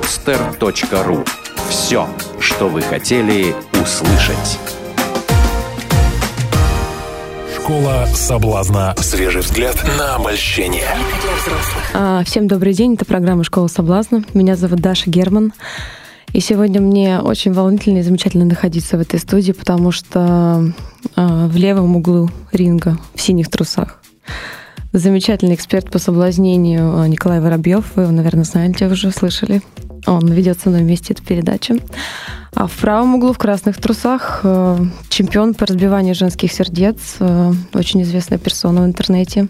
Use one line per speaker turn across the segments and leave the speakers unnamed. podster.ru. Все, что вы хотели услышать.
Школа соблазна. Свежий взгляд на обольщение.
А, Всем добрый день, это программа «Школа соблазна». Меня зовут Даша Герман. И сегодня мне очень волнительно и замечательно находиться в этой студии, потому что а, в левом углу ринга, в синих трусах, замечательный эксперт по соблазнению а, Николай Воробьев. Вы его, наверное, знаете, уже слышали. Он ведет со мной вместе эту передачу. А в правом углу в красных трусах э, чемпион по разбиванию женских сердец, э, очень известная персона в интернете.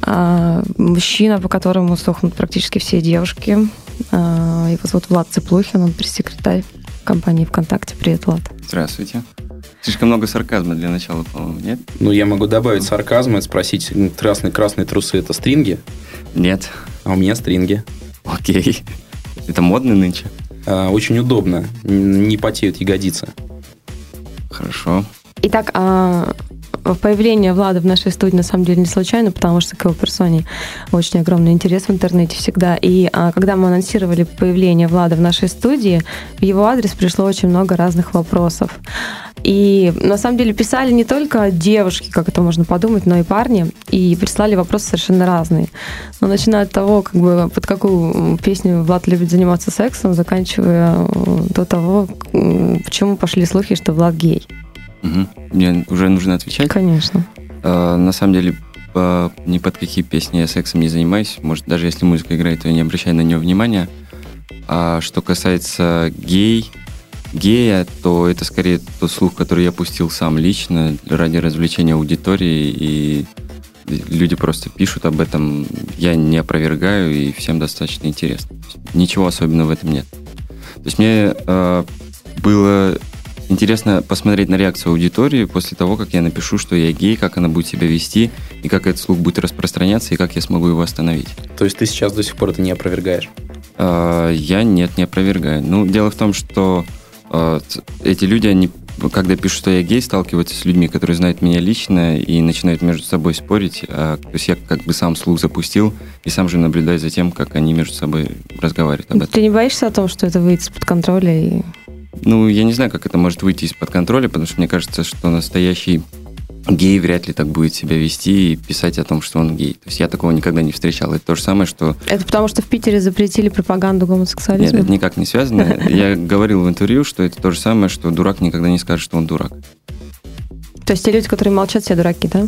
А, мужчина, по которому сохнут практически все девушки. А, Его зовут Влад Цыплухин, он пресс-секретарь компании ВКонтакте. Привет, Влад.
Здравствуйте. Слишком много сарказма для начала, по-моему, нет?
Ну, я могу добавить сарказм и спросить, м, красные красные трусы это стринги,
Нет.
а у меня стринги.
Окей. Это модно нынче?
А, очень удобно, н- не потеют ягодицы.
Хорошо.
Итак, а, появление Влада в нашей студии на самом деле не случайно, потому что к его персоне очень огромный интерес в интернете всегда. И а, когда мы анонсировали появление Влада в нашей студии, в его адрес пришло очень много разных вопросов. И на самом деле писали не только девушки, как это можно подумать, но и парни, и прислали вопросы совершенно разные. Но начиная от того, как бы под какую песню Влад любит заниматься сексом, заканчивая э, до того, м, почему пошли слухи, что Влад гей.
Мгм. Мне уже нужно отвечать.
Конечно.
А, на самом деле, а, ни под какие песни я сексом не занимаюсь. Может, даже если музыка играет, то я не обращаю на нее внимания. А что касается гей, гея, то это скорее тот слух, который я пустил сам лично ради развлечения аудитории, и люди просто пишут об этом, я не опровергаю, и всем достаточно интересно. Ничего особенного в этом нет. То есть мне э, было интересно посмотреть на реакцию аудитории после того, как я напишу, что я гей, как она будет себя вести, и как этот слух будет распространяться, и как я смогу его остановить.
То есть ты сейчас до сих пор это не опровергаешь.
А, Я нет, не опровергаю. Ну, дело в том, что а, ц- эти люди, они, когда пишут, что я гей, сталкиваются с людьми, которые знают меня лично и начинают между собой спорить. А, То есть я как бы сам слух запустил и сам же наблюдаю за тем, как они между собой разговаривают А об этом.
Ну, Ты не боишься о том, что это выйдет из-под контроля? И...
Ну, я не знаю, как это может выйти из-под контроля, потому что мне кажется, что настоящий гей вряд ли так будет себя вести и писать о том, что он гей. То есть я такого никогда не встречал. Это то же самое, что
Это потому, что в Питере запретили пропаганду
Нет,
гомосексуализма?
это никак не связано. Я говорил в интервью, что это то же самое, что дурак никогда не скажет, что он дурак.
То есть те люди, которые молчат, все дураки, да?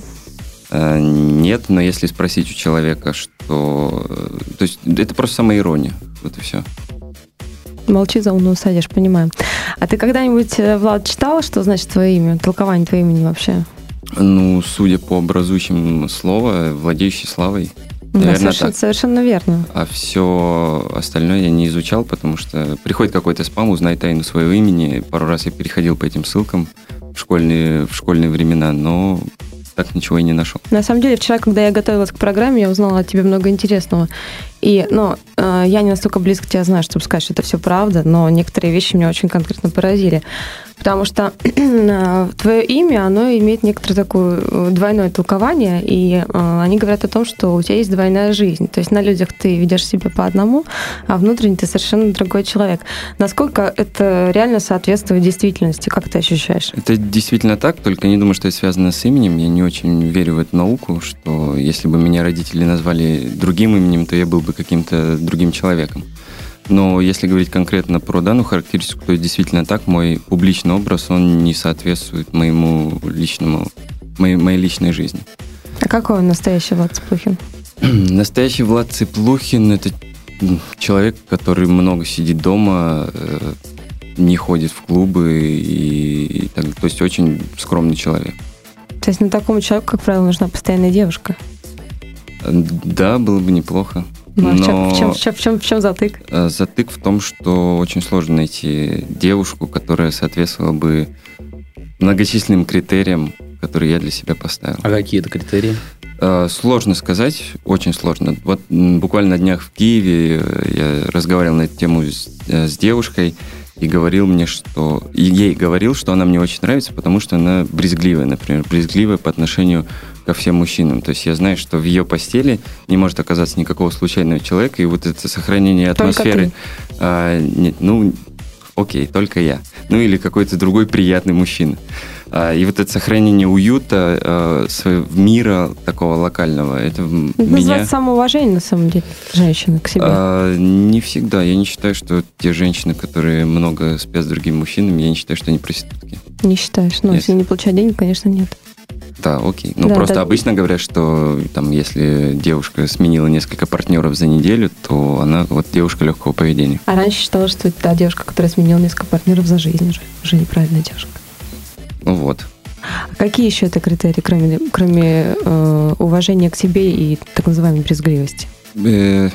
Э, Нет, но если спросить у человека, что... э, То есть это просто самоирония. Вот и все.
Молчи, за умную садишь, понимаем. А ты когда-нибудь, э, Влад, читала, что значит твое имя? Толкование твоего имени вообще?
Ну, судя по образующим слова, владеющий славой, Наверное,
совершенно,
так.
совершенно верно.
а все остальное я не изучал, потому что приходит какой-то спам, узнай тайну своего имени. Пару раз я переходил по этим ссылкам в школьные, в школьные времена, но так ничего и не нашел.
На самом деле, вчера, когда я готовилась к программе, я узнала о тебе много интересного. И, ну, э, я не настолько близко тебя знаю, чтобы сказать, что это все правда, но некоторые вещи меня очень конкретно поразили. Потому что твое имя, оно имеет некоторое такое э, двойное толкование, и э, они говорят о том, что у тебя есть двойная жизнь. То есть на людях ты ведешь себя по одному, а внутренне ты совершенно другой человек. Насколько это реально соответствует действительности? Как ты ощущаешь?
Это действительно так, только не думаю, что это связано с именем. Я не очень верю в эту науку, что если бы меня родители назвали другим именем, то я был бы каким-то другим человеком. Но если говорить конкретно про данную характеристику, то действительно так, мой публичный образ, он не соответствует моему личному, моей, моей личной жизни.
А какой он настоящий Влад Цыплухин?
Настоящий Влад Цыплухин – это м, человек, который много сидит дома, э, не ходит в клубы, и, и так, то есть очень скромный человек.
То есть на такому человеку, как правило, нужна постоянная девушка.
Да, было бы неплохо.
Ну, а в, чем,
Но-
в, чем, в, чем, в, чем, в чем затык?
Э, Затык в том, что очень сложно найти девушку, которая соответствовала бы многочисленным критериям, которые я для себя поставил.
А какие это критерии?
Э, Сложно сказать, очень сложно. Вот м, буквально на днях в Киеве э, я разговаривал на эту тему с, э, с девушкой, и говорил мне, что... и ей говорил, что она мне очень нравится, потому что она брезгливая, например, брезгливая по отношению ко всем мужчинам. То есть я знаю, что в ее постели не может оказаться никакого случайного человека, и вот это сохранение
Только
атмосферы... А, нет, ну, окей, только я. Ну или какой-то другой приятный мужчина. А, и вот это сохранение уюта, а, своего мира такого локального, это м-
Это
меня...
называется Ну, самоуважение, на самом деле, женщины к себе.
А, не всегда. Я не считаю, что те женщины, которые много спят с другими мужчинами, я не считаю, что они проститутки.
Не считаешь? Ну,
Нет.
если не получать денег, конечно, нет.
Да, окей. Ну,
Да,
просто
да.
обычно говорят, что там, если девушка сменила несколько партнеров за неделю, то она вот девушка легкого поведения.
А раньше считала, что это та девушка, которая сменила несколько партнеров за жизнь уже. Уже неправильная девушка.
Ну вот.
А какие еще это критерии, кроме, кроме э, уважения к себе и так называемой брезгливости? Ну,
Э,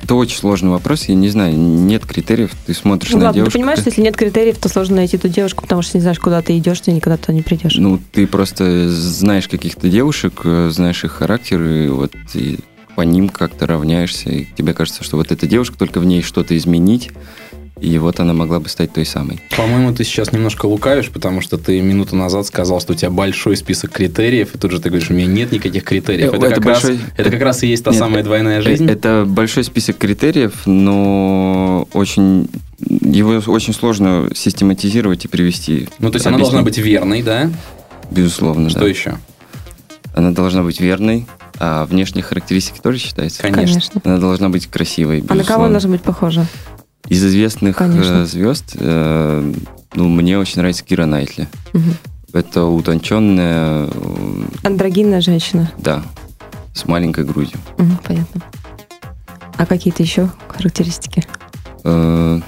Это очень сложный вопрос, я не знаю, нет критериев, ты смотришь
Ну
на
ладно, ты
девушку.
понимаешь, что если нет критериев, то сложно найти ту девушку, потому что не знаешь, куда ты идешь, ты никогда туда не придешь.
Ну, ты просто знаешь каких-то девушек, э, знаешь их характер, и вот и по ним как-то равняешься, и тебе кажется, что вот эта девушка, только в ней что-то изменить, и вот она могла бы стать той самой.
По-моему, ты сейчас немножко лукавишь, потому что ты минуту назад сказал, что у тебя большой список критериев, и тут же ты говоришь, у меня нет никаких критериев.
Э,
Это,
это
как,
большой-
раз, это как раз и есть та
Нет,
самая двойная жизнь.
Э, Это большой список критериев, но очень его очень сложно систематизировать и привести.
Ну, то есть она должна
Объяснить.
быть верной, да?
безусловно.
Что
да.
еще?
Она должна быть верной, а внешние характеристики тоже считаются.
Конечно.
Она должна быть красивой.
А на кого
безусловно.
она должна быть похожа?
Из известных
Конечно.
э, звезд, э, ну, мне очень нравится Кира Найтли.
Мгм.
Это утонченная, э,
Андрогинная женщина.
да, с маленькой грудью.
Мгм, понятно. А какие-то еще характеристики?
Э,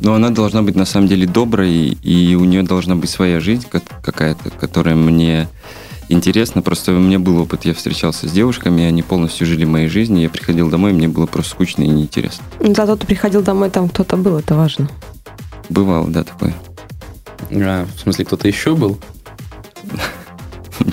но она должна быть на самом деле доброй, и у нее должна быть своя жизнь ка- какая-то, которая мне интересна. Просто у меня был опыт, я встречался с девушками, и они полностью жили моей жизнью. Я приходил домой, и мне было просто скучно и неинтересно.
Ну, Зато ты приходил домой, там кто-то был, это важно.
Бывало, да, такое.
А, в смысле, кто-то еще был?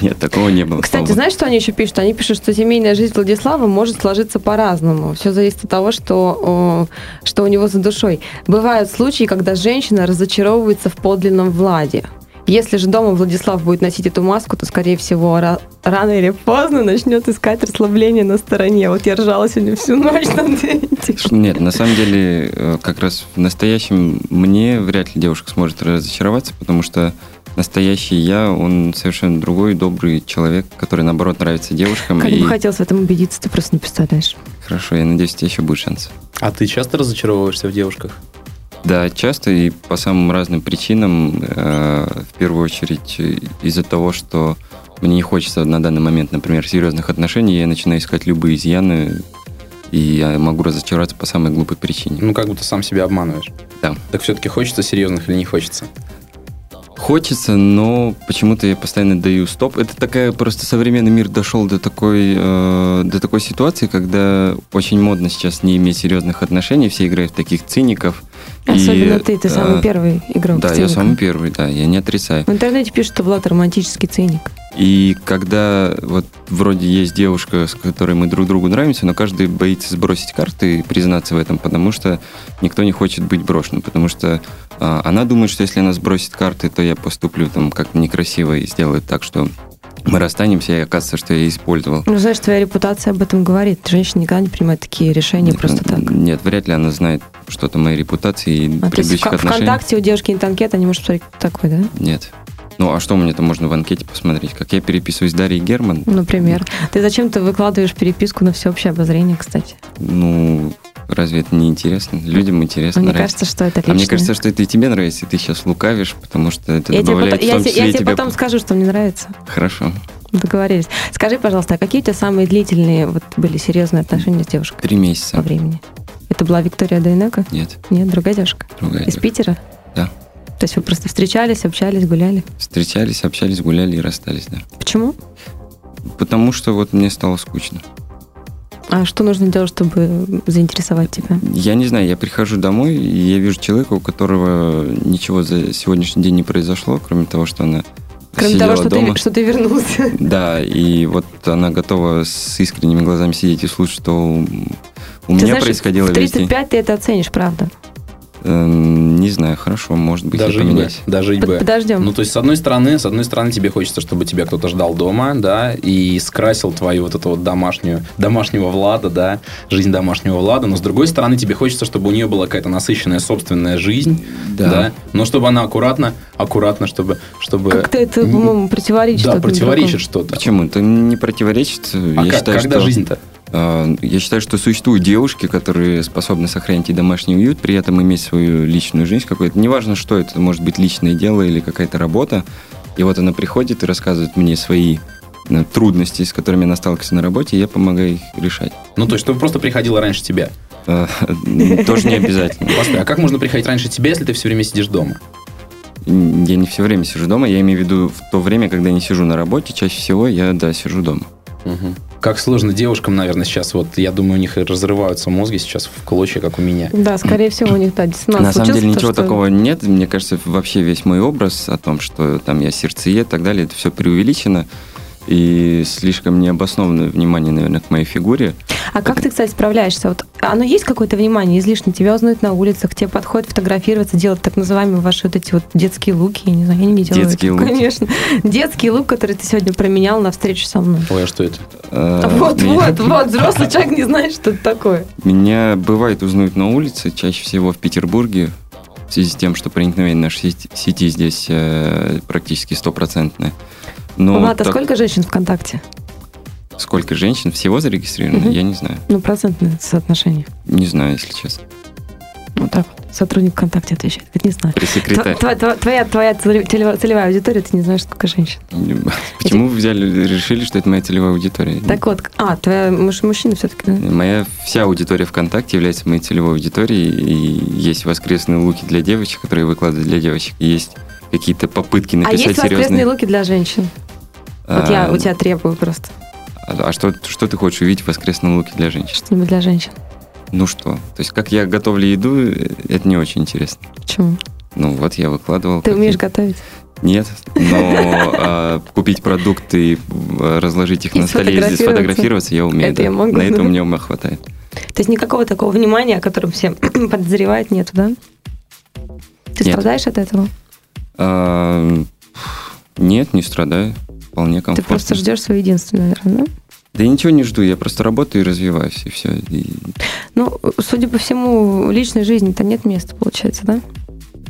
Нет, такого не было.
Кстати,
Ну, слава богу.
знаешь, что они еще пишут? Они пишут, что семейная жизнь Владислава может сложиться по-разному. Все зависит от того, что, о, что у него за душой. Бывают случаи, когда женщина разочаровывается в подлинном Владе. Если же дома Владислав будет носить эту маску, то, скорее всего, ра- рано или поздно начнет искать расслабление на стороне. Вот я ржала сегодня всю ночь над
Ш-
этим.
Нет, на самом деле, э, как раз в настоящем мне вряд ли девушка сможет разочароваться, потому что настоящий я, он совершенно другой, добрый человек, который, наоборот, нравится девушкам.
Как
и...
бы хотелось в этом убедиться, ты просто не представляешь.
Хорошо, я надеюсь, у тебя еще будет шанс.
А ты часто разочаровываешься в девушках?
Да, часто и по самым разным причинам. э, В первую очередь э, из-за того, что мне не хочется на данный момент, например, серьезных отношений, я начинаю искать любые изъяны, и я могу разочароваться по самой глупой причине.
Ну, как будто сам себя обманываешь.
Да.
Так все-таки хочется серьезных или не хочется?
Хочется, но почему-то я постоянно даю стоп. Это такая просто современный мир дошел до такой, э, до такой ситуации, когда очень модно сейчас не иметь серьезных отношений, все играют в таких циников. И,
Особенно ты, ты самый
э,
первый игрок.
Да, я
циника.
самый первый, да, я не отрицаю.
В интернете пишут, что Влад романтический циник.
И когда вот вроде есть девушка, с которой мы друг другу нравимся, но каждый боится сбросить карты и признаться в этом, потому что никто не хочет быть брошенным, потому что а, она думает, что если она сбросит карты, то я поступлю там как-то некрасиво и сделаю так, что мы расстанемся, и оказывается, что я использовал.
Ну, знаешь, твоя репутация об этом говорит. Женщина никогда не принимает такие решения
Ну,
просто так.
Нет, вряд ли она знает что-то о моей репутации и
А то есть в
предыдущих
Ка-
отношений.
ВКонтакте у девушки нет анкеты, они может посмотреть, кто такой, да?
Нет. Ну, а что мне-то можно в анкете посмотреть? Как я переписываюсь с Дарьей Герман?
Например. Ты зачем-то выкладываешь переписку на всеобщее обозрение, кстати.
Ну, разве это не интересно? Людям интересно,
Мне
нравится.
кажется, что это
а
отлично.
мне кажется, что это и тебе нравится, и ты сейчас лукавишь, потому что это
я тебе,
добавляет
потом,
в
я
том
те-
числе
я
и
тебе
тебе.
потом скажу, что мне нравится.
Хорошо.
Договорились. Скажи, пожалуйста, а какие у тебя самые длительные вот, были серьезные отношения с девушкой
Три
по
месяца.
времени? Это была Виктория Дайнека?
Нет,
Нет, другая девушка.
другая.
Из Питера?
Э, Да.
То есть вы просто встречались, общались, гуляли.
Встречались, общались, гуляли и расстались, да.
Почему?
Потому что вот мне стало скучно.
А что нужно делать, чтобы заинтересовать тебя?
Я не знаю, я прихожу домой, и я вижу человека, у которого ничего за сегодняшний день не произошло, кроме того, что она
Кроме
сидела
того, что,
дома.
Ты, что ты вернулся.
Да, и вот она готова с искренними глазами сидеть и слушать, что у у
Ты
меня
знаешь,
происходило
в
весь день.
35 ты это оценишь, правда.
Эм, Не знаю, хорошо, может быть,
Даже
я
и Б.
поменяюсь.
Даже и
Под-
Б.
подождем.
Ну, то есть, с одной стороны, с одной стороны, тебе хочется, чтобы тебя кто-то ждал дома, да, и скрасил твою вот эту вот домашнюю, домашнего Влада, да, жизнь домашнего Влада, но с другой стороны, тебе хочется, чтобы у нее была какая-то насыщенная собственная жизнь, да,
Да.
но чтобы она аккуратно, аккуратно, чтобы... чтобы
э,
Как-то это,
ну,
н-
по-моему, противоречит.
Да,
одно
противоречит что-то.
Почему? Это не противоречит.
А
я
как-
считаю,
когда
что...
жизнь-то?
Э, Я считаю, что существуют девушки, которые способны сохранить и домашний уют, при этом иметь свою личную жизнь какую-то. Неважно, что это, может быть личное дело или какая-то работа. И вот она приходит и рассказывает мне свои э, трудности, с которыми она сталкивается на работе, и я помогаю их решать.
Ну, то есть, чтобы просто приходила раньше тебя.
Э, Тоже не обязательно.
Постой, а как можно приходить раньше тебя, если ты все время сидишь дома?
Я не все время сижу дома, я имею в виду в то время, когда я не сижу на работе, чаще всего я, да, сижу дома.
Как сложно девушкам, наверное, сейчас, вот, я думаю, у них разрываются мозги сейчас в клочья, как у меня.
другое. Да, скорее всего, у них, да, диссонанс
На самом деле
случился,
ничего
то, что-
такого нет. Мне кажется, вообще весь мой образ о том, что там я сердцеед и так далее, это все преувеличено. И слишком необоснованное внимание, наверное, к моей фигуре.
А как ты, кстати, справляешься? Вот оно есть какое-то внимание излишне? Тебя узнают на улицах, к тебе подходят фотографироваться, делать так называемые ваши вот эти вот детские луки. Я не знаю, я не делаю
Детские
этого,
луки.
Конечно. Детский лук, который ты сегодня променял на встречу со мной.
Ой, а что это?
Э,
Вот,
меня-
вот, вот, взрослый человек не знает, что это такое.
Меня бывает узнают на улице, чаще всего в Петербурге, в связи с тем, что проникновение нашей сети- сети здесь э, практически стопроцентное. Но
Влад, а
Ну, так-
сколько женщин ВКонтакте?
сколько женщин всего зарегистрировано,
Мгм.
я не знаю.
Ну, процентное соотношение.
Не знаю, если честно.
Вот так вот. Сотрудник ВКонтакте отвечает. Говорит, не знаю.
Пресс-секретарь.
Тво- тво- Твоя, твоя целе- телево- целевая аудитория, ты не знаешь, сколько женщин.
Почему вы взяли, решили, что это моя целевая аудитория?
Так вот, а, твоя муж- мужчина все-таки, да?
Моя вся аудитория ВКонтакте является моей целевой аудиторией. И есть воскресные луки для девочек, которые я выкладываю для девочек. И есть какие-то попытки
А
написать
есть воскресные
серьезные...
луки для женщин? Вот
А,
я у тебя требую просто
А, а что, что ты хочешь увидеть в воскресном луке для женщин?
что-нибудь для женщин.
Ну что? То есть, как я готовлю еду, э, это не очень интересно.
Почему?
Ну вот, я выкладывал.
Ты
как
умеешь
я-
готовить?
Нет, но а, купить продукты и э, разложить их
И
на столе и
сфотографироваться.
сфотографироваться я умею.
Это
да.
я могу,
На это
да.
мне ума хватает.
То есть никакого такого внимания, о котором все подозревают, нету, да? Ты
Нет.
страдаешь от этого?
А, Нет, не страдаю. Вполне комфортно.
Ты просто ждешь свою единственную, наверное, да?
Да я ничего не жду, я просто работаю и развиваюсь, и все.
Ну, судя по всему, личной жизни-то нет места, получается, да?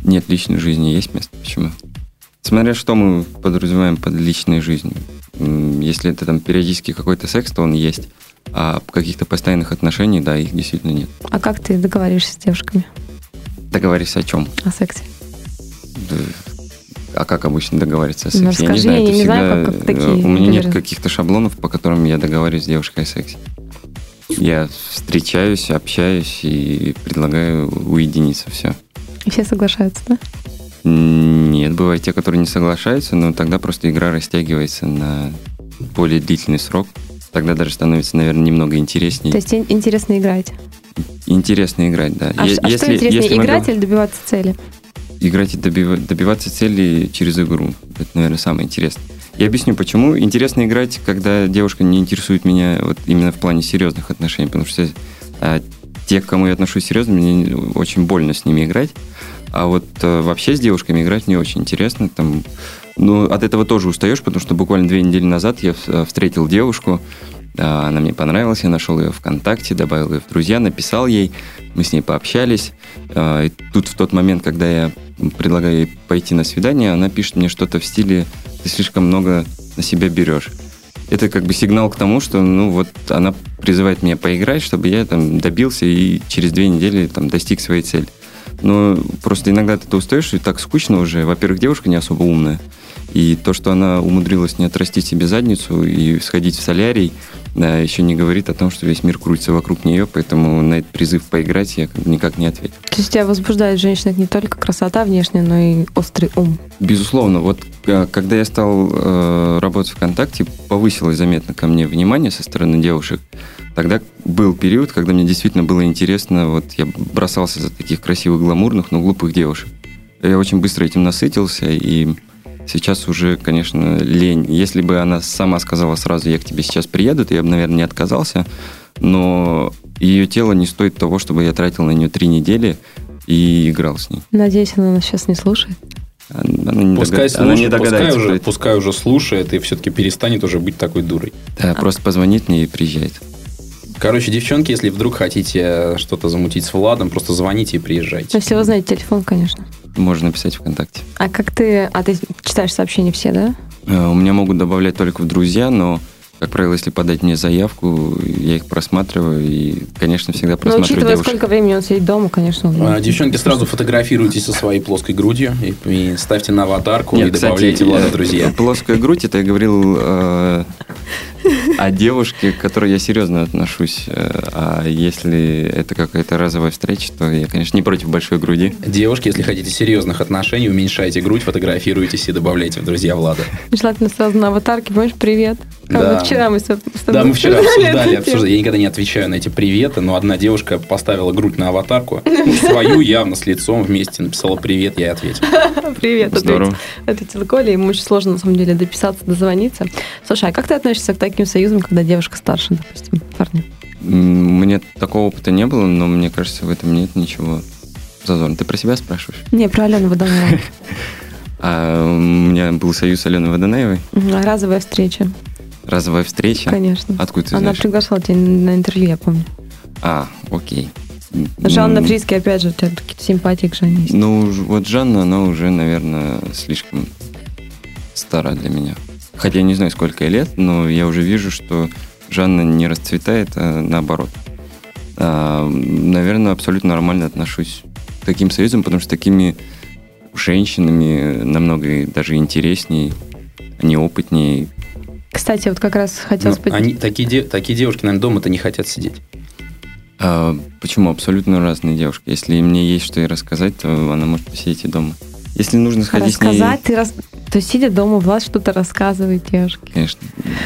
Нет личной жизни, есть место. Почему? Смотря что мы подразумеваем под личной жизнью. М, Если это там периодически какой-то секс, то он есть. А каких-то постоянных отношений, да, их действительно нет.
А как ты договариваешься с девушками
Договоришься о чем?
о сексе?
А как обычно договариваться о сексе?
Ну, расскажи, я
это
не знаю, как- как
э,
такие
У меня нет
договор-
каких-то шаблонов, по которым я договариваюсь с девушкой о сексе. Я встречаюсь, общаюсь и предлагаю уединиться, все.
И все соглашаются, да?
Нет, бывают те, которые не соглашаются, но тогда просто игра растягивается на более длительный срок. Тогда даже становится, наверное, немного интереснее.
То есть ин- интересно играть.
Интересно играть, да.
А,
Е-
ш- а что интереснее,
если мы
играть
говорим-
или добиваться цели?
играть и добива- добиваться цели через игру. Это, наверное, самое интересное. Я объясню, почему интересно играть, когда девушка не интересует меня вот именно в плане серьезных отношений, потому что а, те, к кому я отношусь серьезно, мне очень больно с ними играть, а вот э, вообще с девушками играть не очень интересно. Там, ну, от этого тоже устаешь, потому что буквально две недели назад я э, встретил девушку, а, она мне понравилась, я нашел ее ВКонтакте, добавил ее в друзья, написал ей, мы с ней пообщались. А, И тут в тот момент, когда я предлагаю ей пойти на свидание, она пишет мне что-то в стиле «ты слишком много на себя берешь». Это как бы сигнал к тому, что ну вот она призывает меня поиграть, чтобы я там добился и через две недели там достиг своей цели. Но просто иногда ты это устаешь, и так скучно уже. Во-первых, девушка не особо умная. И то, что она умудрилась не отрастить себе задницу и сходить в солярий, да, еще не говорит о том, что весь мир крутится вокруг нее, поэтому на этот призыв поиграть я как бы никак не ответил.
То есть тебя возбуждает в женщинах не только красота внешняя, но и острый ум.
Безусловно, вот э, когда я стал э, работать ВКонтакте, повысилось заметно ко мне внимание со стороны девушек. Тогда был период, когда мне действительно было интересно, вот я бросался за таких красивых, гламурных, но глупых девушек. Я очень быстро этим насытился, и сейчас уже, конечно, лень. Если бы она сама сказала сразу, я к тебе сейчас приеду, то я бы, наверное, не отказался, но ее тело не стоит того, чтобы я тратил на нее три недели, и играл с ней.
Надеюсь, она нас сейчас не слушает.
Она она не,
Пускай,
догад- она не
слушает, пускай,
догадается. кто
уже,
это.
пускай уже слушает и все-таки перестанет уже быть такой дурой.
А.
Да, просто позвонит мне и приезжает.
Короче, девчонки, если вдруг хотите э, что-то замутить с Владом, просто звоните и приезжайте.
Ну, Если вы знаете телефон, конечно.
Можно писать ВКонтакте.
А как ты... А ты читаешь сообщения все, да? Ну,
Э, У меня могут добавлять только в друзья, но, как правило, если подать мне заявку, я их просматриваю и, конечно, всегда
Ну,
просматриваю
учитывая,
девушек.
сколько времени он сидит дома, конечно. он-
А, Девчонки, сразу фотографируйтесь со своей плоской грудью и, и ставьте на аватарку
Нет,
и добавляйте
кстати,
Влада в
э,
друзья.
Плоская грудь, это я говорил э, о девушке, к которой я серьезно отношусь. Э, А если это какая-то разовая встреча, то я, конечно, не против большой груди.
Девушки, если хотите серьезных отношений, уменьшайте грудь, фотографируйтесь и добавляйте в друзья Влада.
Желательно сразу на аватарке, помнишь, привет. Как
Да.
мы вчера мы с тобой
Да, мы вчера обсуждали,
эту тему.
обсуждали. Я никогда не отвечаю на эти приветы, но одна девушка поставила грудь на аватарку, ну, свою явно с лицом вместе написала «Привет», я и ответил.
Привет,
Здорово.
это Коля, ему очень сложно, на самом деле, дописаться, дозвониться. Слушай, а как ты относишься к таким союзам, когда девушка старше, допустим, парня?
М, Мне такого опыта не было, но мне кажется, в этом нет ничего зазорного. Ты про себя спрашиваешь?
Не, про Алену Водонаеву.
А у меня был союз Алены Водонаевой,
Мгм, Разовая встреча,
разовая встреча.
конечно.
Откуда ты
Она
знаешь?
приглашала тебя на интервью, я помню.
А, окей.
Жанна
М,
Фриски, опять же, у тебя какие-то симпатии к Жанне есть.
Ну, ж- вот Жанна, она уже, наверное, слишком стара для меня. Хотя я не знаю, сколько ей лет, но я уже вижу, что Жанна не расцветает, а наоборот. А, наверное, абсолютно нормально отношусь к таким союзам, потому что такими женщинами намного даже интересней, они опытнее.
Кстати, вот как раз
Ну,
хотелось бы...
они- Такие де- такие девушки, наверное, дома-то не хотят сидеть.
А, почему? Абсолютно разные девушки. Если мне есть что ей рассказать, то она может посидеть и дома. Если нужно сходить с ней...
Рассказать, ты раз... То есть, сидя дома, Влад что-то рассказывает девушке.
Конечно.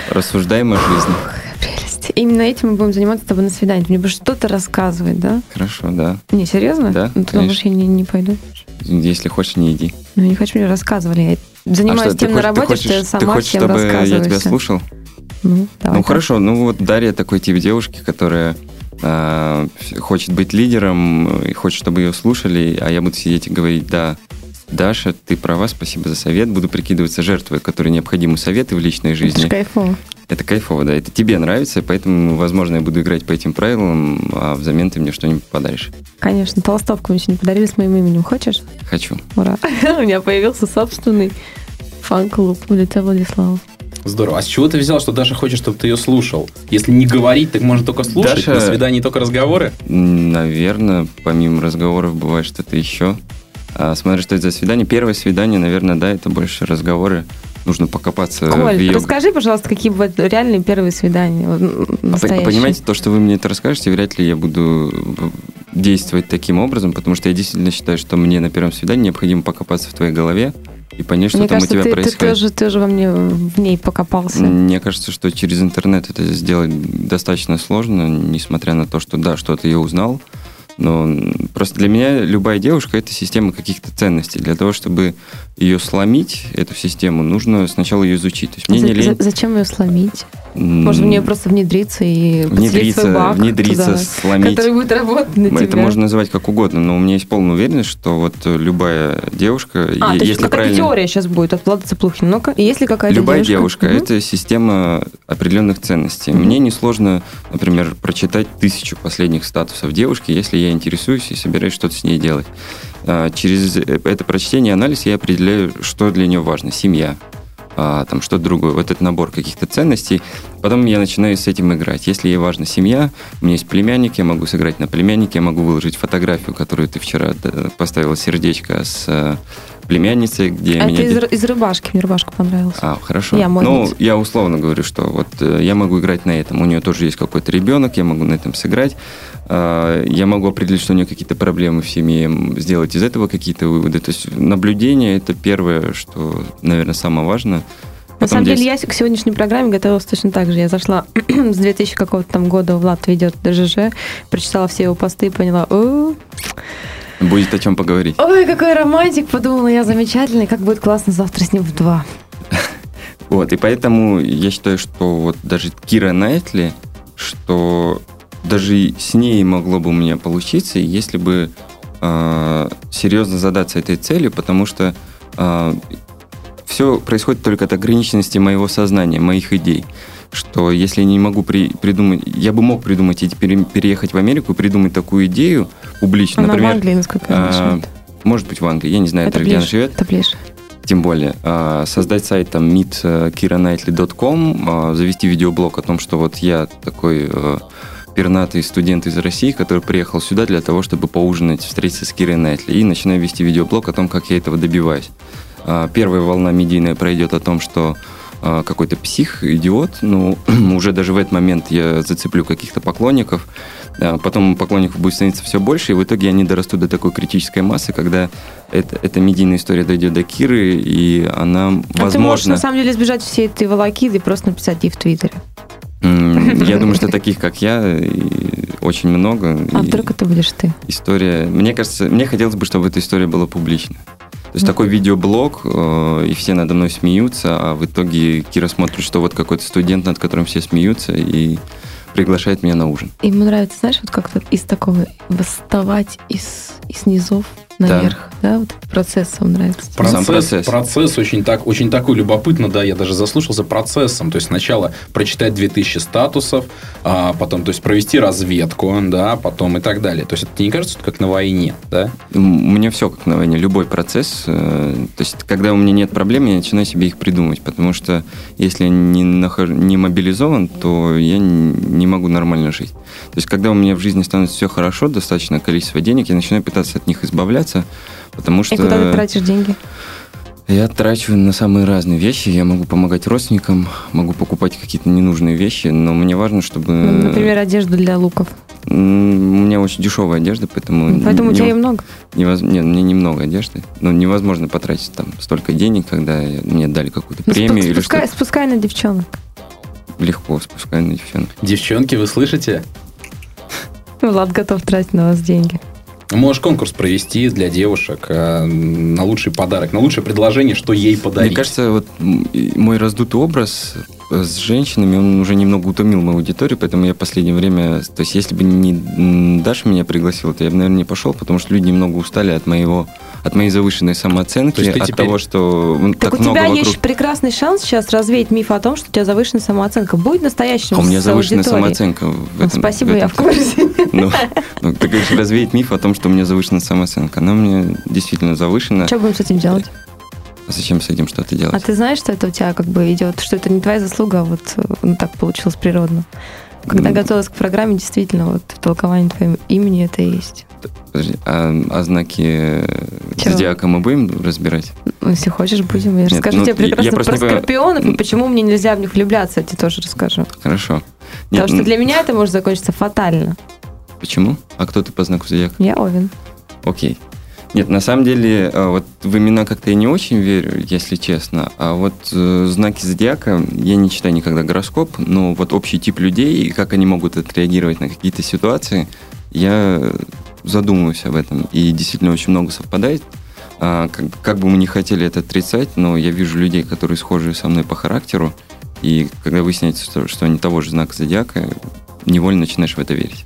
Рассуждаем о жизни.
Прелесть. Именно этим мы будем заниматься с тобой на свидании. Ты Мне будешь что-то рассказывать, да?
Хорошо, да.
Не, серьезно?
Да,
Ну, Туда
конечно.
больше я не, не пойду.
Если хочешь, не иди.
Ну, я не хочу, мне рассказывали. Я занимаюсь
А что,
тем на
хо-
работе, что я
хочешь-
сама
ты хочешь,
всем
чтобы я
рассказываю
тебя
всё.
слушал?
Ну, давай
ну
так.
хорошо, ну вот Дарья такой тип девушки, которая а, вс- хочет быть лидером и хочет, чтобы ее слушали, а я буду сидеть и говорить, да, Даша, ты права, спасибо за совет, буду прикидываться жертвой, которой необходимы советы в личной
Это ж
жизни.
кайфово.
Это кайфово, да, это тебе нравится, поэтому, возможно, я буду играть по этим правилам, а взамен ты мне что-нибудь подаришь.
Конечно, толстовку мне сегодня подарили с моим именем. Хочешь?
Хочу.
Ура. У меня появился собственный фан-клуб в лице Владислава.
Здорово. А с чего ты взял, что Даша хочет, чтобы ты ее слушал? Если не говорить, так можно только слушать.
Даша-
На свидании только разговоры.
Наверное, помимо разговоров бывает что-то еще. А, смотря что это за свидание. Первое свидание, наверное, да, это больше разговоры. Нужно покопаться в
Коль,
ее...
расскажи, пожалуйста, какие бывают реальные первые свидания, вот, м,
П-
настоящие.
Понимаете, то, А что вы мне это расскажете, вряд ли я буду в- действовать таким образом, потому что я действительно считаю, что мне на первом свидании необходимо покопаться в твоей голове и понять, что
Мне
там
кажется,
у тебя
ты, ты
происходит.
тоже, ты тоже во мне в ней покопался.
Мне кажется, что через интернет это сделать достаточно сложно, несмотря на то, что да, что-то я узнал. Но м, просто для меня любая девушка это система каких-то ценностей. Для того, чтобы ее сломить, эту систему, нужно сначала ее изучить. То есть мне
За-
не лень.
за- зачем ее сломить?
м,
Может, в нее просто внедриться и подселить свой
внедриться,
бак
внедриться,
туда,
сломить.
который будет работать на тебя.
Это можно называть как угодно, но у меня есть полная уверенность, что вот э, любая девушка,
А,
е-
то есть
если
какая-то
правильно...
теория сейчас будет от Влада Цыплухина. Ну-ка, если какая-то
Любая
девушка...
девушка,
Мгм.
это система определенных ценностей. Мне несложно, например, прочитать тысячу последних статусов девушки, если я интересуюсь и собираюсь что-то с ней делать. А, Через э, это прочтение и анализ я определяю, что для нее важно. Семья, а, там что-то другое. Вот этот набор каких-то ценностей. Потом я начинаю с этим играть. Если ей важна семья, у меня есть племянник, я могу сыграть на племяннике, я могу выложить фотографию, которую ты вчера э, поставила сердечко с э, племянницей, где
А
меня...
это
де-
из, Р- из рыбашки, мне рыбашка понравилась.
а, хорошо.
Я, может
ну,
быть.
я условно говорю, что вот э, я могу играть на этом. У нее тоже есть какой-то ребенок, я могу на этом сыграть. А, я могу определить, что у нее какие-то проблемы в семье, м, сделать из этого какие-то выводы. То есть наблюдение это первое, что, наверное, самое важное.
На
Потом
самом деле,
здесь-
я с- к сегодняшней программе готовилась точно так же. Я зашла с 2000 какого-то там года Влад ведет ДЖЖ, прочитала все его посты и поняла, «О,
будет о чем поговорить.
ой, какой романтик, подумала я, замечательный, как будет классно завтра с ним в два.
Вот, и поэтому я считаю, что вот даже Кира Найтли, что даже и с ней могло бы у меня получиться, если бы э, серьезно задаться этой целью, потому что э, все происходит только от ограниченности моего сознания, моих идей. Что если я не могу при, придумать, я бы мог придумать и пере- переехать в Америку и придумать такую идею публично,
Она в
например,
Англии, насколько я
а,
знаю. живет.
может быть в Англии, я не знаю,
это
это где она
ближе.
живет,
Это ближе.
тем более а, создать сайт там э, meetkiranightly.com, а, завести видеоблог о том, что вот я такой э, пернатый студент из России, который приехал сюда для того, чтобы поужинать, встретиться с Кирой Найтли, и начинаю вести видеоблог о том, как я этого добиваюсь. А, Первая волна медийная пройдет о том, что а, какой-то псих, идиот, ну, уже даже в этот момент я зацеплю каких-то поклонников, а, потом поклонников будет становиться все больше, и в итоге они дорастут до такой критической массы, когда эта, эта медийная история дойдет до Киры, и она,
А ты можешь
возможно...
на самом деле избежать всей этой волокиды и просто написать ей в Твиттере.
М, Я думаю, что таких, как я, и очень много.
А
и
вдруг это будешь ты?
История... Мне кажется, мне хотелось бы, чтобы эта история была публична. То есть
Мгм.
такой видеоблог, э, и все надо мной смеются, а в итоге Кира смотрит, что вот какой-то студент, над которым все смеются, и приглашает меня на ужин.
Ему нравится, знаешь, вот как-то из такого восставать из, из низов наверх. Да, вот этот процесс вам нравится.
Про- Сам
Процесс,
процесс.
процесс. очень, так, очень такой любопытно, да, я даже заслушался процессом. То есть сначала прочитать 2000 статусов, а потом, то есть провести разведку, да, потом и так далее. То есть это тебе не кажется что как на войне, да?
М, У меня все как на войне, любой процесс. э, То есть, когда у меня нет проблем, я начинаю себе их придумать, потому что если я не, нахож- не мобилизован, то я н- не могу нормально жить. То есть, когда у меня в жизни становится все хорошо, достаточное количество денег, я начинаю пытаться от них избавляться, потому что...
И куда ты тратишь деньги?
Я трачу на самые разные вещи. Я могу помогать родственникам, могу покупать какие-то ненужные вещи, но мне важно, чтобы...
Ну, Например, одежду для луков.
М, У меня очень дешевая одежда, поэтому...
Ну, Поэтому у
не-
тебя и много.
невоз- Нет, мне немного одежды. Но невозможно потратить там столько денег, когда я- мне дали какую-то
Ну,
премию
спу-
или
спускай,
что
спускай на девчонок.
легко спускаю на девчонок.
Девчонки, вы слышите?
Ну, Влад готов тратить на вас деньги.
Можешь конкурс провести для девушек э, на лучший подарок, на лучшее предложение, что ей подарить.
Мне кажется, вот м, и мой раздутый образ э, с женщинами, он уже немного утомил мою аудиторию, поэтому я последнее время... То есть, если бы не м, Даша меня пригласила, то я бы, наверное, не пошел, потому что люди немного устали от моего от моей завышенной самооценки,
То есть ты
от
теперь-
того, что м,
Так,
так
у
много
тебя
вокруг.
есть прекрасный шанс сейчас развеять миф о том, что у тебя завышенная самооценка. Будь настоящим
А у меня
с
завышенная
аудиторией. Ну,
самооценка. в этом-
Спасибо,
в
я в
этом-
курсе.
Ну, ну, ты говоришь, развеять миф о том, что у меня завышена самооценка. Она у меня действительно завышена.
Что будем с этим делать?
А зачем с этим что-то
А
делать?
ты знаешь, что это у тебя как бы идет, что это не твоя заслуга, а вот э, ну, так получилось природно. Когда
Ну.
готовилась к программе, действительно, вот толкование твоего имени это и есть.
Подожди, а, а знаки э,
Чего?
зодиака мы будем разбирать?
Ну, Если хочешь, будем. Я
Нет,
расскажу
ну,
тебе
я- я
прекрасно
просто
про
не понимаю.
скорпионов и почему мне нельзя в них влюбляться, я тебе тоже расскажу.
Хорошо.
Потому
Нет,
что
ну,
для меня это может закончиться фатально.
Почему? А кто ты по знаку зодиака?
Я Овен.
Окей. Нет, на самом деле, э, вот в имена как-то я не очень верю, если честно. А вот э, знаки зодиака, я не читаю никогда гороскоп, но вот общий тип людей и как они могут отреагировать на какие-то ситуации, я э, задумываюсь об этом. И действительно очень много совпадает. А, как, как бы мы не хотели это отрицать, но я вижу людей, которые схожи со мной по характеру, и когда выясняется, что, что они того же знака зодиака, невольно начинаешь в это верить.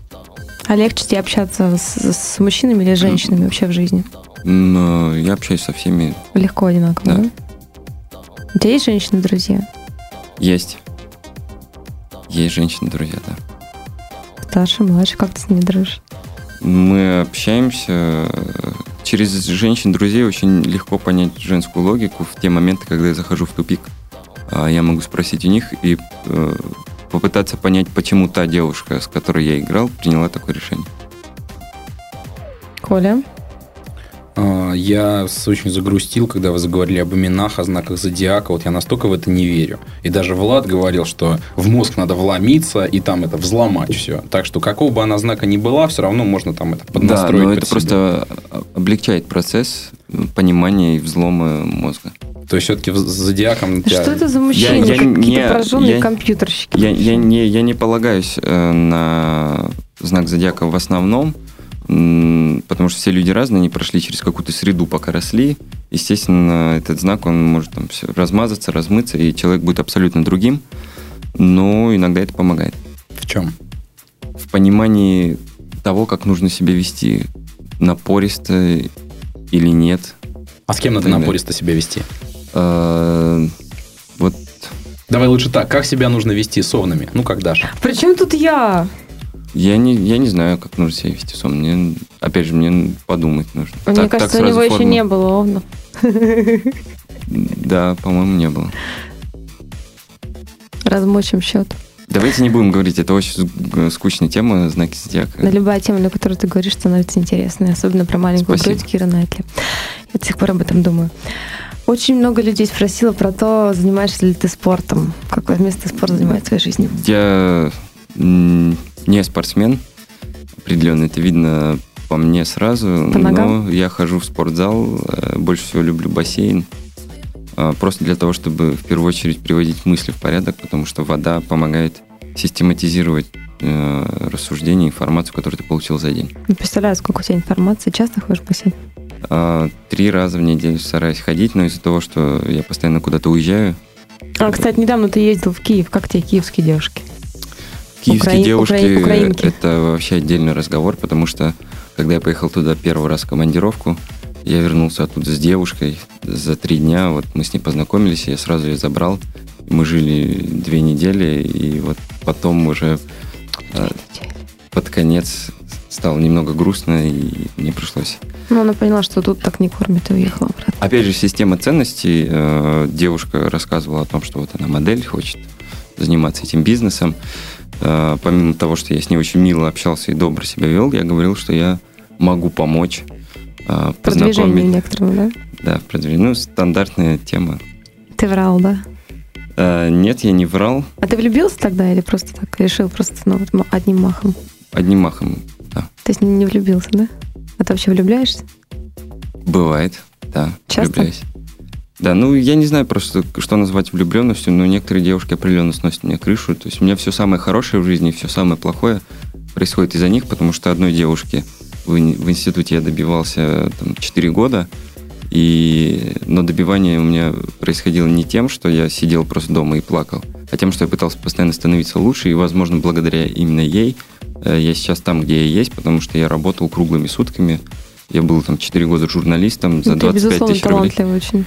А легче тебе общаться с, с мужчинами или женщинами вообще в жизни?
Но я общаюсь со всеми
Легко одинаково, да?
Да.
У тебя есть женщины-друзья?
Есть. Есть женщины, друзья, да.
Старше, младше, как ты с ними дружишь?
Мы общаемся э, через женщин-друзей очень легко понять женскую логику в те моменты, когда я захожу в тупик. А Я могу спросить у них и э, попытаться понять, почему та девушка, с которой я играл, приняла такое решение.
Коля?
А, Я с- очень загрустил, когда вы заговорили об именах, о знаках зодиака. Вот я настолько в это не верю. И даже Влад говорил, что в мозг надо вломиться и там это взломать все. Так что какого бы она знака ни была, все равно можно там это
Да,
поднастроить.
но
под
это
себя.
просто а, облегчает процесс э, понимания и взлома мозга.
То есть все-таки с зодиаком...
Да
тебя-
Что это за мужчины?
я
Какие-то
не-
прожженные
я-
компьютерщики.
Я, я не, я не полагаюсь э, на знак зодиака в основном, м, потому что все люди разные, они прошли через какую-то среду, пока росли. Естественно, этот знак, он может там всё размазаться, размыться, и человек будет абсолютно другим. Но иногда это помогает.
В чем?
В понимании того, как нужно себя вести напористо или нет.
А с кем надо
Именно.
напористо себя вести?
Э, Вот
Давай лучше так, как себя нужно вести с овнами? Ну, как Даша.
Причем тут я?
я не, я не знаю, как нужно себя вести сом. Мне, опять же, мне подумать нужно.
Мне
Так- так
кажется, у
сразу
него еще
форму-
не было овнов.
Да, по-моему, не было.
Размочим счет.
Давайте не будем говорить, это очень сг- скучная тема, знаки зодиака.
На любая тема, на которую ты говоришь, становится интересной. Особенно про маленькую
Спасибо.
грудь Кира Найтли. Я до сих пор об этом думаю. Очень много людей спросила про то, занимаешься ли ты спортом. Какое место спорт занимает в твоей жизни.
Я м, не спортсмен, определенно, это видно по мне сразу,
По ногам?
но я хожу в спортзал, э, больше всего люблю бассейн, э, просто для того, чтобы в первую очередь приводить мысли в порядок, потому что вода помогает систематизировать э, рассуждения, информацию, которую ты получил за день.
Не Ну, представляю, сколько у тебя информации. Часто ходишь в бассейн?
А, Три раза в неделю стараюсь ходить, но из-за того, что я постоянно куда-то уезжаю,
А, кстати, недавно ты ездил в Киев. Как тебе киевские девушки?
Киевские
Украин-
девушки
украин- украинки.
это вообще отдельный разговор, потому что когда я поехал туда первый раз в командировку, я вернулся оттуда с девушкой за три дня. Вот мы с ней познакомились, я сразу ее забрал. Мы жили две недели, и вот потом уже э, под конец стало немного грустно, и мне пришлось
Ну, она поняла, что тут так не кормят, и уехала обратно.
Опять же, система ценностей. Э, Девушка рассказывала о том, что вот она модель, хочет заниматься этим бизнесом. Э, Помимо того, что я с ней очень мило общался и добро себя вел, я говорил, что я могу помочь э,
Продвижение
познакомить.
некоторым, да?
Да, продвижение. Ну, стандартная тема.
Ты врал, да?
Э, Нет, я не врал.
А ты влюбился тогда или просто так решил просто ну, вот м- одним махом?
Одним махом
То есть не влюбился, да? А ты вообще влюбляешься?
бывает. Да,
Часто?
влюбляюсь. Да, ну я не знаю просто, что назвать влюбленностью, но некоторые девушки определенно сносят мне крышу. То есть у меня все самое хорошее в жизни, все самое плохое происходит из-за них, потому что одной девушке в, ин- в институте я добивался там, 4 года, и, но добивание у меня происходило не тем, что я сидел просто дома и плакал, а тем, что я пытался постоянно становиться лучше, и, возможно, благодаря именно ей э, я сейчас там, где я есть, потому что я работал круглыми сутками, я был там 4 года журналистом за
Ну, ты,
25
безусловно,
тысяч рублей.
талантливый очень.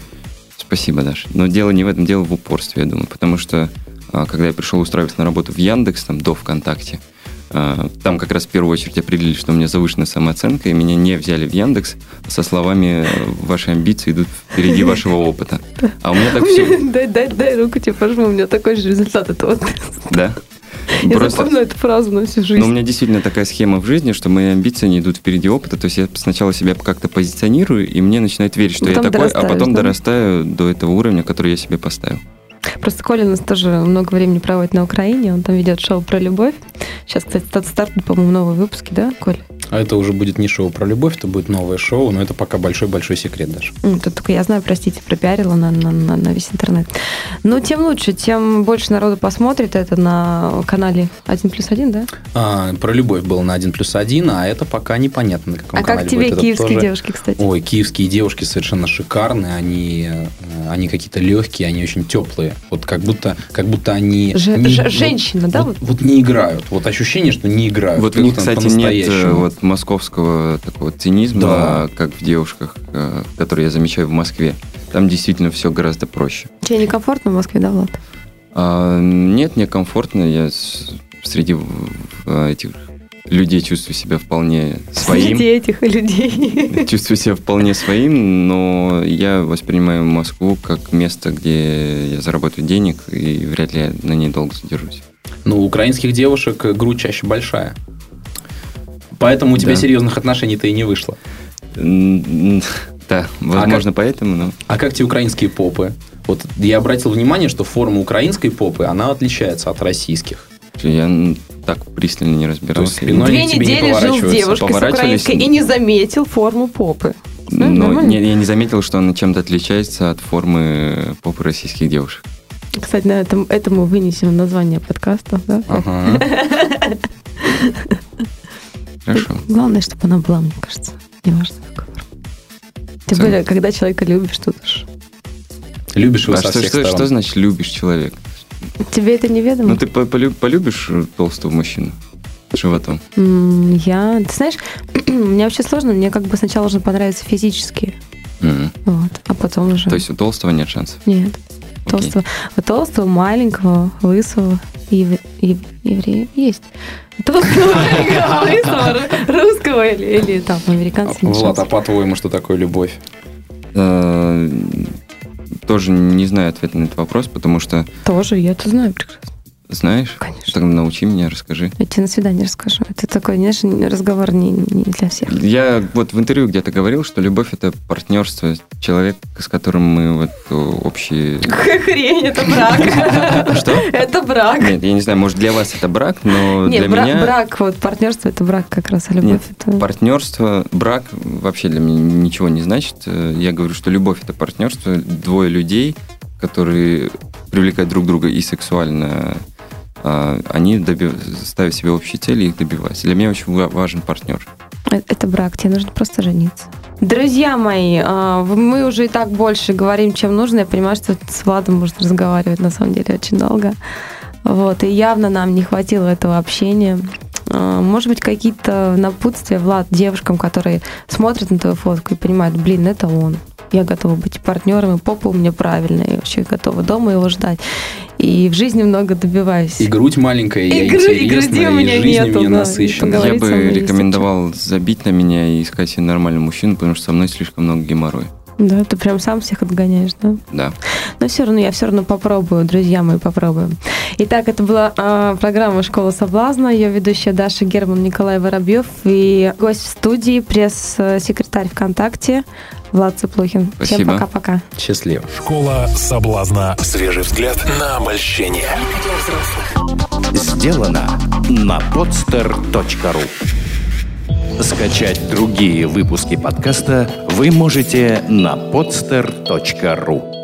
Спасибо, Даша. Но дело не в этом, дело в упорстве, я думаю. Потому что, а, когда я пришел устраиваться на работу в Яндекс, там, до ВКонтакте, а, там как раз в первую очередь определили, что у меня завышенная самооценка, и меня не взяли в Яндекс со словами э, «Ваши амбиции идут впереди вашего опыта». А у меня так все...
Дай, дай, дай руку тебе пожму, у меня такой же результат этого.
Да?
Я
Просто- Ну,
запомнила эту фразу на всю
Но у
жизнь.
меня действительно такая схема в жизни, что мои амбиции не идут впереди опыта. То есть я сначала себя как-то позиционирую, и мне начинает верить, что
Потом
я такой, а
Ну, дорастаешь,
потом
да?
дорастаю до этого уровня, который я себе поставил.
Просто Коля у нас тоже много времени проводит на Украине, он там ведет шоу про любовь. Сейчас, кстати, стат- стартуют, по-моему, новые выпуски, да, Коль?
А это уже будет не шоу про любовь, это будет новое шоу, но это пока большой-большой секрет, Даша.
М, Ну, Тут только я знаю, простите, пропиарила на, на, на- на весь интернет. Но тем лучше, тем больше народу посмотрит это на канале 1 плюс 1, да?
А, про любовь было на 1 плюс 1, а это пока непонятно, на каком
а
канале
как тебе
будет. Это
киевские
тоже-
девушки, кстати?
Ой, киевские девушки совершенно шикарные, они, э, они какие-то легкие, они очень теплые. Вот как будто, как будто они...
Же-
не-
же-
вот-
женщина, да?
Вот,
вот?
вот не играют. Вот ощущение, что не играют.
Вот у
Как
них,
будто
кстати, нет э,
А по-настоящему.
вот московского такого цинизма,
Да.
как в девушках, э, которые я замечаю в Москве. Там действительно все гораздо проще.
Тебе некомфортно в Москве, да, Влад?
А, нет, мне комфортно. Я с- среди э, этих людей чувствую себя вполне своим.
Среди этих людей.
Чувствую себя вполне своим, но я воспринимаю Москву как место, где я заработаю денег, и вряд ли я на ней долго задержусь.
Ну, у украинских девушек э, грудь чаще большая. Поэтому у тебя
Да.
серьезных отношений-то и не вышло.
М, м, Да, возможно, поэтому, но...
А как тебе украинские попы? Вот я обратил внимание, что форма украинской попы, она отличается от российских.
Я м, так пристально не разбирался.
То есть спиной
Две
Ну, Они тебе не
недели жил с
поворачиваются,
девушкой с
поворачивались.
украинской и не заметил форму попы. Ну,
Но
нормально.
не- я не заметил, что она чем-то отличается от формы поп российских девушек.
Кстати, на этом, это мы вынесем название подкаста. Да?
А. Ага.
Хорошо.
Главное, чтобы она была, мне кажется. Не важно, какой формы. Тем
Согласен.
более, когда человека любишь, тут уж.
Любишь его
А
со
что,
всех
что, что
сторон.
значит любишь человека?
Тебе это неведомо?
Ну ты по- полю- полюбишь э, толстого мужчину? животом?
М, Я, ты знаешь, мне вообще сложно, мне как бы сначала нужно понравиться физически,
Мгм.
вот, а потом уже...
То есть у толстого нет шансов?
Нет,
Окей.
толстого, вот толстого, маленького, лысого, ев- ев- еврея есть. Толстого, маленького, лысого, ру- русского или, или там американца. нет
Влад, а
шансов.
по-твоему, что такое любовь?
Э, Тоже не знаю ответа на этот вопрос, потому что,
Тоже, я это знаю прекрасно,
знаешь,
конечно.
тогда научи меня, расскажи.
Я тебе на свидание расскажу. Это такой, знаешь, разговор не, не для всех.
Я вот в интервью где-то говорил, что любовь это партнерство, человек, с которым мы вот э, общие...
Хрень, это брак.
Что?
Это брак.
Нет, я не знаю, может для вас это брак, но
Нет,
для
бра-
меня...
брак, вот партнерство это брак как раз, а любовь
Нет,
это...
Партнерство, брак вообще для меня ничего не значит. Э, Я говорю, что любовь это партнерство, двое людей, которые привлекают друг друга и сексуально, а, они доби- ставят себе общие цели и их добиваются. Для меня очень ва- важен партнер.
Э, Это брак, тебе нужно просто жениться. Друзья мои, а, в- мы уже и так больше говорим, чем нужно. Я понимаю, что с Владом можно разговаривать на самом деле очень долго. Вот, и явно нам не хватило этого общения. А, Может быть, какие-то напутствия, Влад, девушкам, которые смотрят на твою фотку и понимают, блин, это он. Я готова быть партнером, и попа у меня правильная, и вообще готова дома его ждать. И в жизни много добиваюсь.
И грудь маленькая, и,
И
я
гру- и груди
интересная,
у
и,
меня
жизнь
нету, да,
у меня
и
насыщенная.
поговорить
Я
со мной
бы
есть о чем.
рекомендовал забить на меня и искать себе нормального мужчину, потому что со мной слишком много геморроя.
Да, ты прям сам всех отгоняешь, да?
Да.
Но все равно я все равно попробую, друзья мои, попробую. Итак, это была а, программа «Школа соблазна». Ее ведущая Даша Герман, Николай Воробьев и гость в студии, пресс-секретарь ВКонтакте Влад Цыплухин. Всем
Спасибо.
пока-пока.
Счастливо.
Школа соблазна. Свежий взгляд на обольщение.
Сделано на podster.ru Скачать другие выпуски подкаста вы можете на podster.ru